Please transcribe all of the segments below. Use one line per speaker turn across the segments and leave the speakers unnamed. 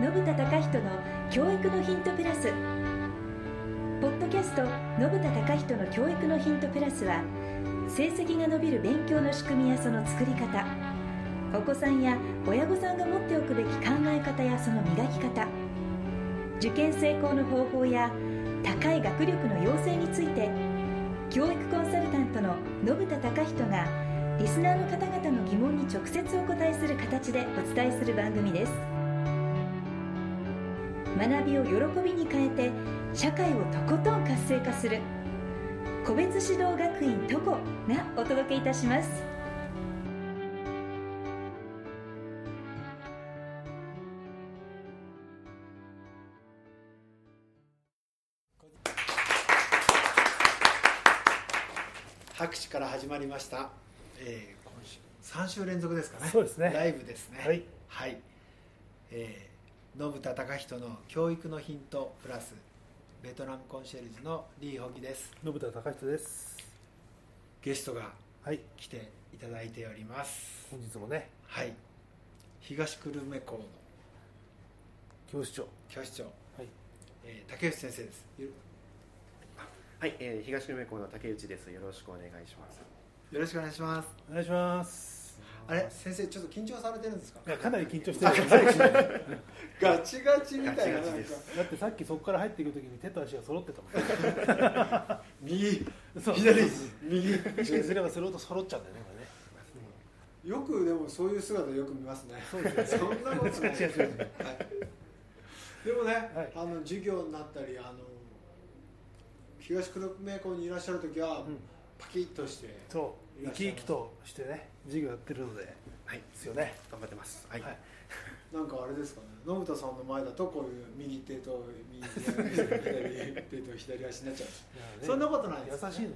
信田隆人の教育のヒントプラスポッドキャスト「信田隆人の教育のヒントプラスは」成績が伸びる勉強の仕組みやその作り方お子さんや親御さんが持っておくべき考え方やその磨き方受験成功の方法や高い学力の養成について教育コンサルタントの信田隆人がリスナーの方々の疑問に直接お答えする形でお伝えする番組です学びを喜びに変えて社会をとことん活性化する個別指導学院トコがお届けいたします
拍手から始まりました、えー、今週三週連続ですかね
そうですね
ライブですね
はい、
はいえー、信田隆人の教育のヒントプラスベトナムコンシェルジュのリー・ホギです
信田隆人です
ゲストが
はい
来ていただいております
本日もね
はい東久留米校の
教師長
教師長、
はい
えー、竹内先生ですよ
はい、えー、東久留米校の竹内です。よろしくお願いします。
よろしくお願いします
お願いします
あれ先生ちょっと緊張されてるんですか
いやかなり緊張してるよだ
ガチガチみたいな
ガチガチです
なんか
ってさっきそこから入っていく時に手と足が揃ってたも
右
ん そう
左右
すればするほど揃っちゃうんだよね
よくでもそういう姿よく見ますね。そんなことない。
違う違う違う
はいでもね、
はい
あの授業になったりあの東久留米校にいらっしゃる時は、
ん
パキッとして
こ
い
れ
ら
ねそう生
っ
き
しゃい
生
ます
きとしてね授業やってるのでで
はい、
すよね
頑張ってます。はい、
はい
なんかあれですかね。信田さんの前だとこういう右手と右 手左手と左足になっちゃう。
いやね
そんなことないで
優
す
しいのにね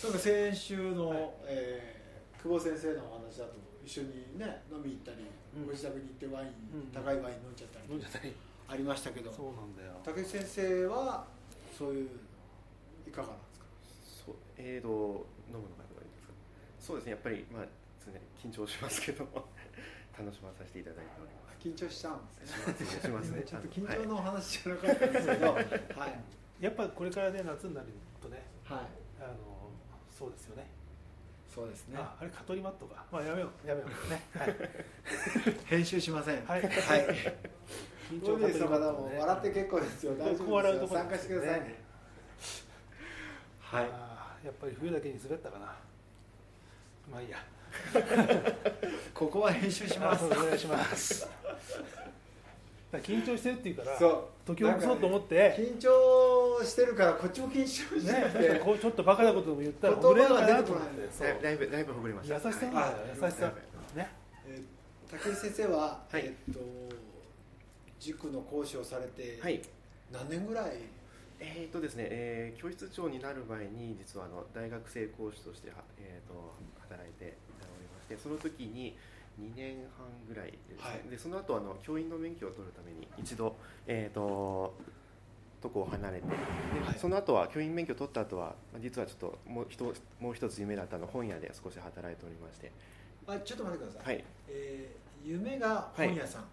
それか先週の、えー久保先生のお話だと一緒にね飲み行ったり、
うん
ご自宅に行ってワイン、
うん
高いワイン飲んじゃったり
これね飲んじゃったり
ありましたけど。
そうなんだよ
竹内先生はそういうのいかがなんですか
そう、えーと、飲むのがどういいですか。そうですね、やっぱり、まあ、常に緊張しますけども。 楽しまさせていただいておりま
緊張しちゃうんですね
す。しますね。
ちょっと緊
あ
張
のは
のお
い
話じゃなかったんですけ ど、はい、はい、
やっぱこれからね夏になるとね
はい、
あのそうですよね
そうですね。
ああれカトリマットかまあやめようやめようね はい
編集しません。
はい
はい。
緊
ゴ
張
ールデンの方も笑って
て
結構ですよ。大丈
こ
夫
こ笑
です
うと
よ。
こ
参
ろ
加してくださいね。はい。
あーやっぱり冬だけに滑ったかなまあいいや
ここは編集します
あ。そうお願いしますだから緊張してるっていうから
そう
解きほぐそうと思って、
緊張してるからこっちも緊張して
ね
て、
こうちょっとバカなことでも言ったら
言葉
ほぐれるか
が
な
出て
と
こ
思っ
ない
てそ
だ
う
いだいぶ、だいぶほぐれまし
優
た。
しさなんだ
は
よ
あ
優しさね
えー竹内先生は、
はい
えっと塾の講師をされて
い。はい
何年ぐらい、
えーとですね、えー、教室長になる前に実はあの大学生講師としては、えー、と働いておりましてその時に2年半ぐらいです、ね
はい
でその後あの教員の免許を取るために一度、えー、ととこを離れてで、
はい
その後は教員免許取った後はまあ実はちょっともうひともう一つ夢だったの本屋で少し働いておりまして、
あちょっと待ってください、
はい
えー夢が本屋さん、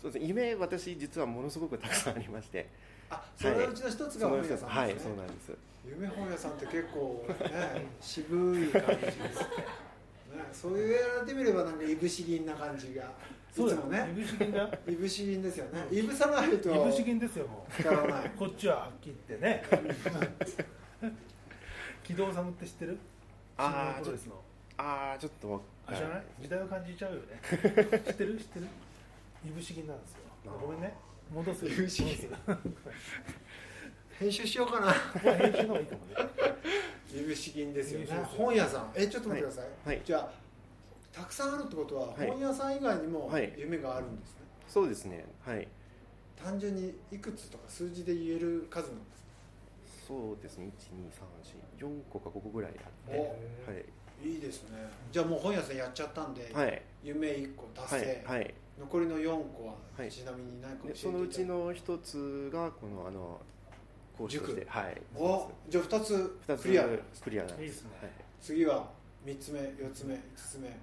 そうですね、夢私実はものすごくたくさんありまして
あそれのうちの一つが
その
本
一つ
屋さん
はい
です
そ
ね、
うなんです
夢本屋さんって結構ね渋い感じですね ねそういうやられてみればなんかいぶし銀な感じがいつ
そ
も
うだよ
ね
いぶし銀だよ
いぶし銀ですよねいぶさないと
いぶし銀ですよも
伝わらないう
こっちははっきり言ってね軌道サムって知ってる
あー
シンガポールですの
ああちょっとわ
あ知らない時代を感じちゃうよね 知ってる知ってるいぶし銀なんですよ
あー
ごめんね戻す
いぶし銀
戻すこ
編集しよう かな
こは編集の方がいいかもね
いぶし銀ですよね
いぶし銀
本屋さんえちょっと待ってください、
はい
じゃあたくさんあるってことは、
い
本屋さん以外にも
はい
夢があるんですね、
そうですねはい
単純にいくつとか数字で言える数なんです
そうですね、1、2、3、4、4個か5個ぐらいあっ て、
お
は
ねいいですねじゃあもう本屋さんやっちゃったんで、
い、はい、
夢1個達
は
成、
い、はい、
残りの4個は、
はい
ちなみに何か教え
で
ていた
そ
だ
のう
いて
ちの一つが、この、あの、講師として、
塾
はい、
おじゃあ2つ
二つ
クリア
クリアなん
いい
で
ですすね。
はい
次は3つ目4つ目5つ目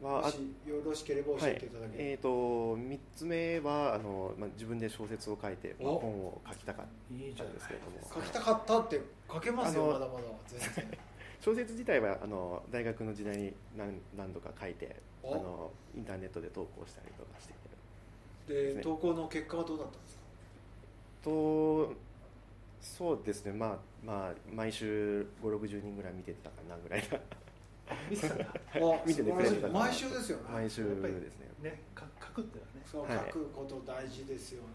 は
もしよろしければ教えていただけれ
えー、と3つ目はあの、まあ、自分で小説を書いて、まあ
お
本を書きたかっ
いいじ
た
ゃなんい
ですけれども
ば、書きたかったって書けますよ
あ
まだ
の
まだ全然
小説自体はあの大学の時代に何何度か書いてあ
お
のインターネットで投稿したりとかして
で
ですね
投稿の結果はどうだったんですか
とそうですねまあまあ毎週560人ぐらい見てたかなぐらいな
ミスさんが
あ
見ててく
素晴ら
れてた
しい
かな
毎週ですよね
毎週
やっぱり
ですね
ねか書くっていうのはね
そう
はい
書くこと大事ですよね、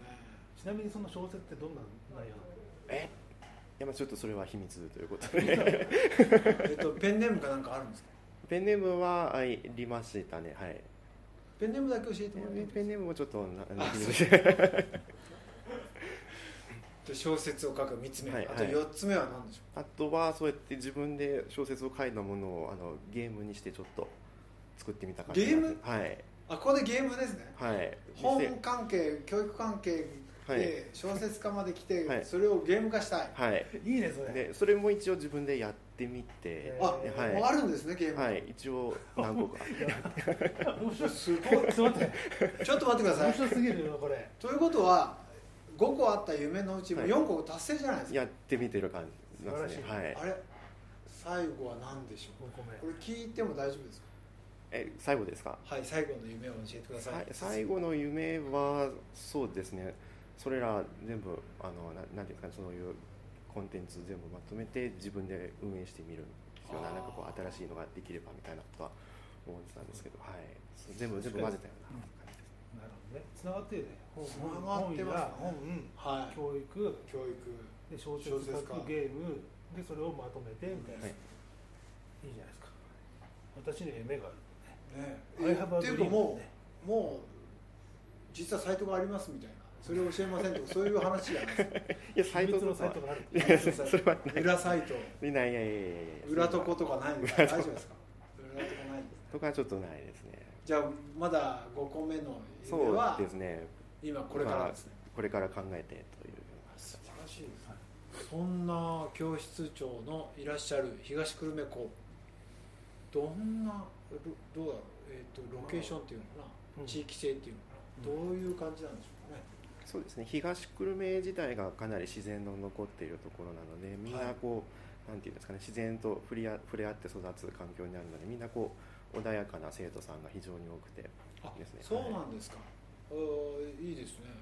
ちなみにその小説ってどんな内容なの
えいやまあちょっとそれは秘密ということ で
えっとペンネームかなんかあるんですか
ペンネームはありましたねはい
ペンネームだけ教えてもらっていい
ペ
です
ンネ
か
ームもちょっとな
あ
秘密で
で小説を書く3つ目、
はい
あと
はい
4つ目は何でしょ
あとはそうやって自分で小説を書いたものをあのゲームにしてちょっと作ってみた感じなんですはい、
うあここでゲームですね
はい、
本
で
関係教育関係
はい
で小説家まで来て、
はい
それをゲーム化したい、
はい
いいねそれ
でそれも一応自分でやってみて、
あ、
え
ーはい
もうあるんですねゲーム、
はい、一応何個か
面白い
すごい
ちょっと 待って
ちょっと待ってくださ
面
い
白すぎるよこれ
ということは5個あった夢のうちも
はい
4個達成じゃないですか、
やってみてる感じなんですね
素
は
晴
い
あれ最後は何でしょ
もうごめ
うんこれ聞いても大丈夫です
え最後ですか
かはい最後の夢を教えてください
さい最後の夢はそうですねそれら全部あのななんていうんですかねそういうコンテンツ全部まとめて自分で運営してみるんですよ
あ
な
ー
なんかこう新しいのができればみたいなことは思ってたんですけど、はい、そう全部全部混ぜたような感じです
なるほどねつながってるね本
つながってますね
本
は
や
い
本教育
教育
で小説
小説家
書くゲームでそれをまとめてみたいな、
はい
い、いじゃないですか私には夢がある
ね
I have a
っていうか
dream
も
ね
うもう実はサイトがありますみたいなそれを教えませんとかそういう話じゃないですか
いやサイト
秘密
と
の
か
サイ
は
トがある
いやそ れは
裏サイト
ないいやいやいやいや
裏とことかないんですか大丈夫ですか裏とこないんです
とかはちょっとないですね
じゃあまだ5個目の
そ
夢は
うですね
今これからですね、
これから考えてという
素晴らしいですね、そんな教室長のいらっしゃる東久留米校どんなどどうだろう、えー、とロケーションっていうのかな、
うん
地域性っていうのかな、どういう感じなんでしょうかね、
そうですね東久留米自体がかなり自然の残っているところなのでみんなこう、なんていうんですかね自然と触れあ触れ合って育つ環境にあるのでみんなこう穏やかな生徒さんが非常に多くて
あ
ですね
そうなんですか、おーいいですね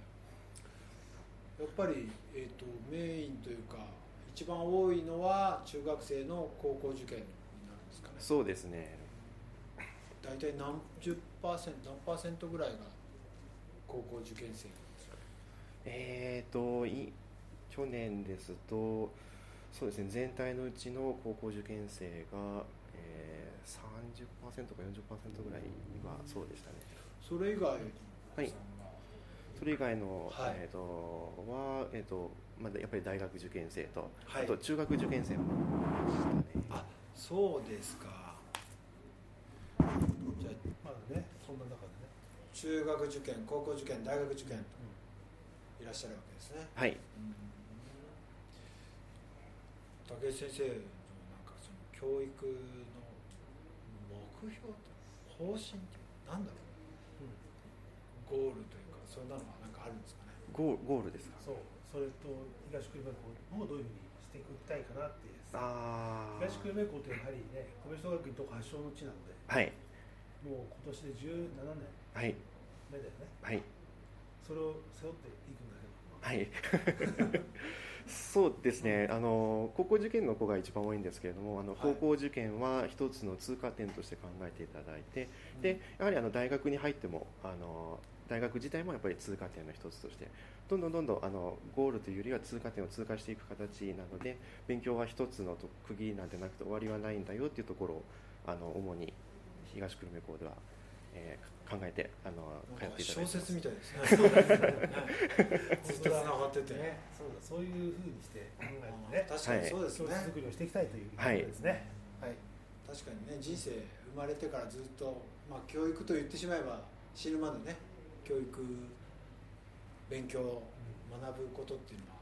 やっぱり、えー、とメインというか一番多いのは中学生の高校受験になるんですかね
そうですね
大体何十パーセント何パーセントぐらいが高校受験生
えーとい去年ですとそうですね全体のうちの高校受験生が、えー、30%か40%ぐらいはそうでしたね
それ以外
はいそれ以外の、
はい
えー、とは、えーとまあ、やっぱり大学受験生と、
はい
あと中学受験生もいましたね
あそうですかじゃあ
まだねそんな中でね、
中学受験高校受験大学受験いらっしゃるわけですね
はい
武井先生のなんかその教育の目標と方針っていうなんだろ
うん
うゴールというかそんなのはなんかあるんですかね
ゴーゴールですか
そうそれと東久留米校をどういうふうにしていきたいかなっていう
あ
東久
ー
留米校ってやはりね米小学院とか発祥の地なので
はい
もう今年で17年
はい
目だよね
はい
それを背負っていくんだけど
はいそうですねあの高校受験の子が一番多いんですけれどもあの
はい
高校受験は一つの通過点として考えていただいて、でやはりあの大学に入ってもあの大学自体もやっぱり通過点の一つとしてどんどんどんどんあのゴールというよりは通過点を通過していく形なので勉強は一つのと区切りなんてなくて終わりはないんだよっていうところをあの主に東久留米校では、えー考えてあの通
な
っ
んか
てい
小
ただいてま
説
す
みたい ですねそうですねずっとつながってて、
ねそうだそういうふうにして考えてね
確かにそうです
教
ね、
室作りをしていきたいということ
はい
ですね、はい
確かにね人生生まれてからずっと、まあ、教育と言ってしまえば死ぬまでね教育勉強学ぶことっていうのは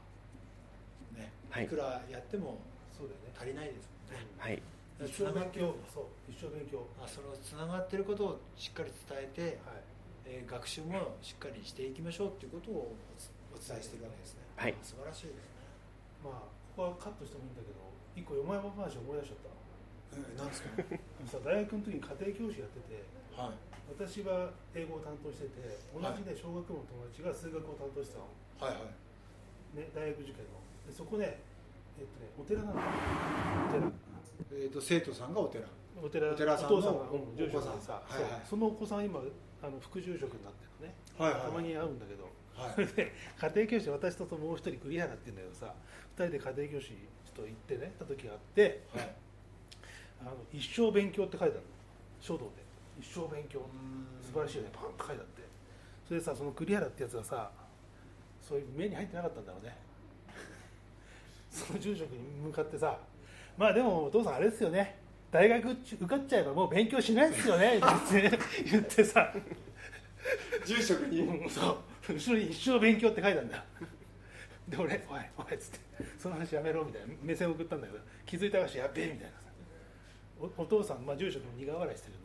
ね、
はい
い、くらやっても
そうだよね
足りないですもんね、
はい
一生勉強そう一生勉強
あそのつながってることをしっかり伝えて、
はい
えー学習もしっかりしていきましょうっていうことをお伝えしてるわけですね、
はい
素晴らしいですね
まあここはカットしてもいいんだけど一個山山話思い出しちゃっ
えなんですか
たあのさ大学の時に家庭教師やってて
はい
私は英語を担当してて同じね小学部の友達が数学を担当して
は
たの、
いはい
ね、大学受験のでそこねえっとねお寺なんだよ
えー、と生徒さんがお寺
お寺
お寺さんの
お父さんが、うん、住職
お子
で
さん
さ、
はいはい
そうそのお子さん今あの副住職になってるのね、
はい
たまに会うんだけど
はい
で家庭教師私ともう一人栗原っていうんだけどさ二人で家庭教師ちょっと行ってね行った時があって
はい
あの一生勉強って書いてあるの書道で一生勉強素晴らしいよねパンって書いてあってそれでさその栗原ってやつがさそういう目に入ってなかったんだろうねその住職に向かってさまあでもお父さんあれですよね大学受かっちゃえばもう勉強しないですよねって言って言ってさ
住職に
うんそう後ろに一生勉強って書いたんだで俺「おいおい」っつって「その話やめろ」みたいな目線を送ったんだけど気づいたらしやべえみたいなさおお父さん、まあ、住職も苦笑いしてるよ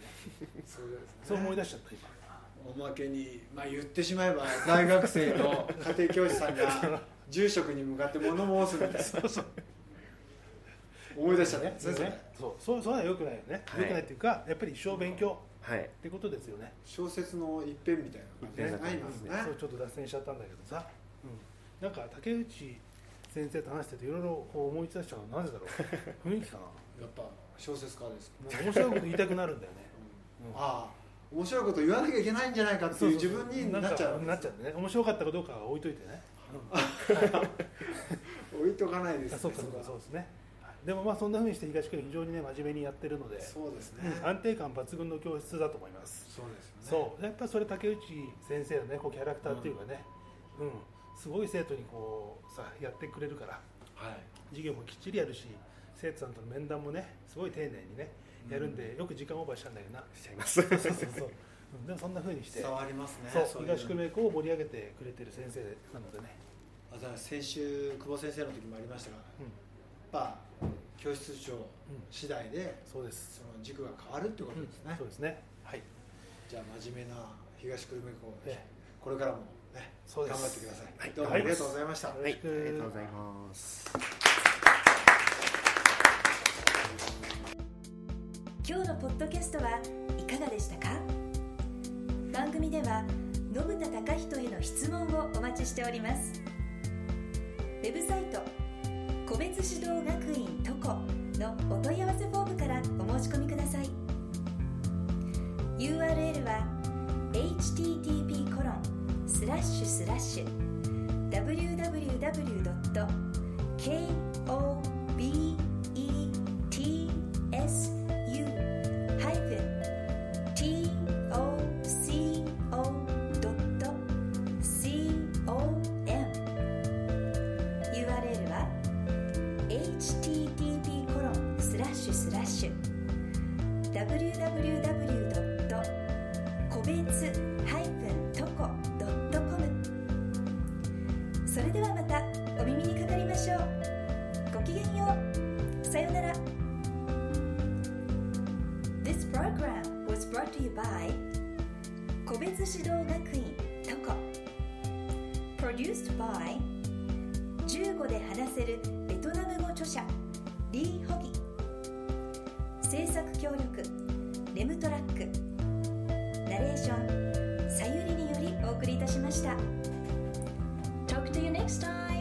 ね
そうですね
そう思い出しちゃった今
おまけに、まあ、言ってしまえば大学生の家庭教師さんが住職に向かって物申すみたいな
そうそう
思い出したね
そう
先生
ねそうそうそういうのはよくないよね、
はい
よくないっていうかやっぱり一生勉強
はい
ってことですよね
小説の一編みたいな感じね
一編だと思いますね
あり
そ
ま
うちょっと脱線しちゃったんだけどさ、うん、なんか竹内先生と話してていろいろこう思い出しちゃうのはなぜだろう雰囲気かな
やっぱ小説家ですか
なんか面白いこと言いたくなるんだよね、うん
ああ面白いこと言わなきゃいけないんじゃないかっていう自分になっちゃう
なっちゃうんでね面白かったかどうかは置いといてね
置いとかないです
あ
ね
そうかそうか
そ
そう
こ
ですねはいでもまあそんなふうにして東区非常にね真面目にやってるので
はそうですね
うん安定感抜群の教室だと思います
そうですよね
そうやっぱそれ竹内先生のねこうキャラクターっていうかねうん、すごい生徒にこうさやってくれるから
はい
授業もきっちりやるし生徒さんとの面談もねすごい丁寧にねやるんで、よく時間オーバーしたんだけどな
しちゃいます
そうそうそうそううんでもそんなふうにして
伝わりますね
そう
そういうの
東久米子を盛り上げてくれてる先生なのでね、
あだから先週久保先生の時もありましたがや
う
っ
ん、
ぱ教室長次第で
そうです
その軸が変わるってことですね
そうですね。はい。
じゃあ真面目な東久留米校
え
これからもね
そう
頑
で
張
す
ってくださ
はい
いどうもありがとうございました
はい
はいありがとうございます
今日のポッドキャストはいかがでしたか番組では信田隆人への質問をお待ちしておりますウェブサイト個別指導学院トコのお問い合わせフォームからお申し込みください URL は http コロンスラッシュスラッシュ www.kobets u-toco.com URL は http コロンスラッシュスラッシュ www. 個別 -toco.com それではまたお耳にかかりましょうごきげんようさようなら This program was brought to you by 個別指導学院 TOCO Produced by 15で話せるベトナム語著者リー・ホギ制作協力レムトラックナレーションさゆりによりお送りいたしました Talk to you next time!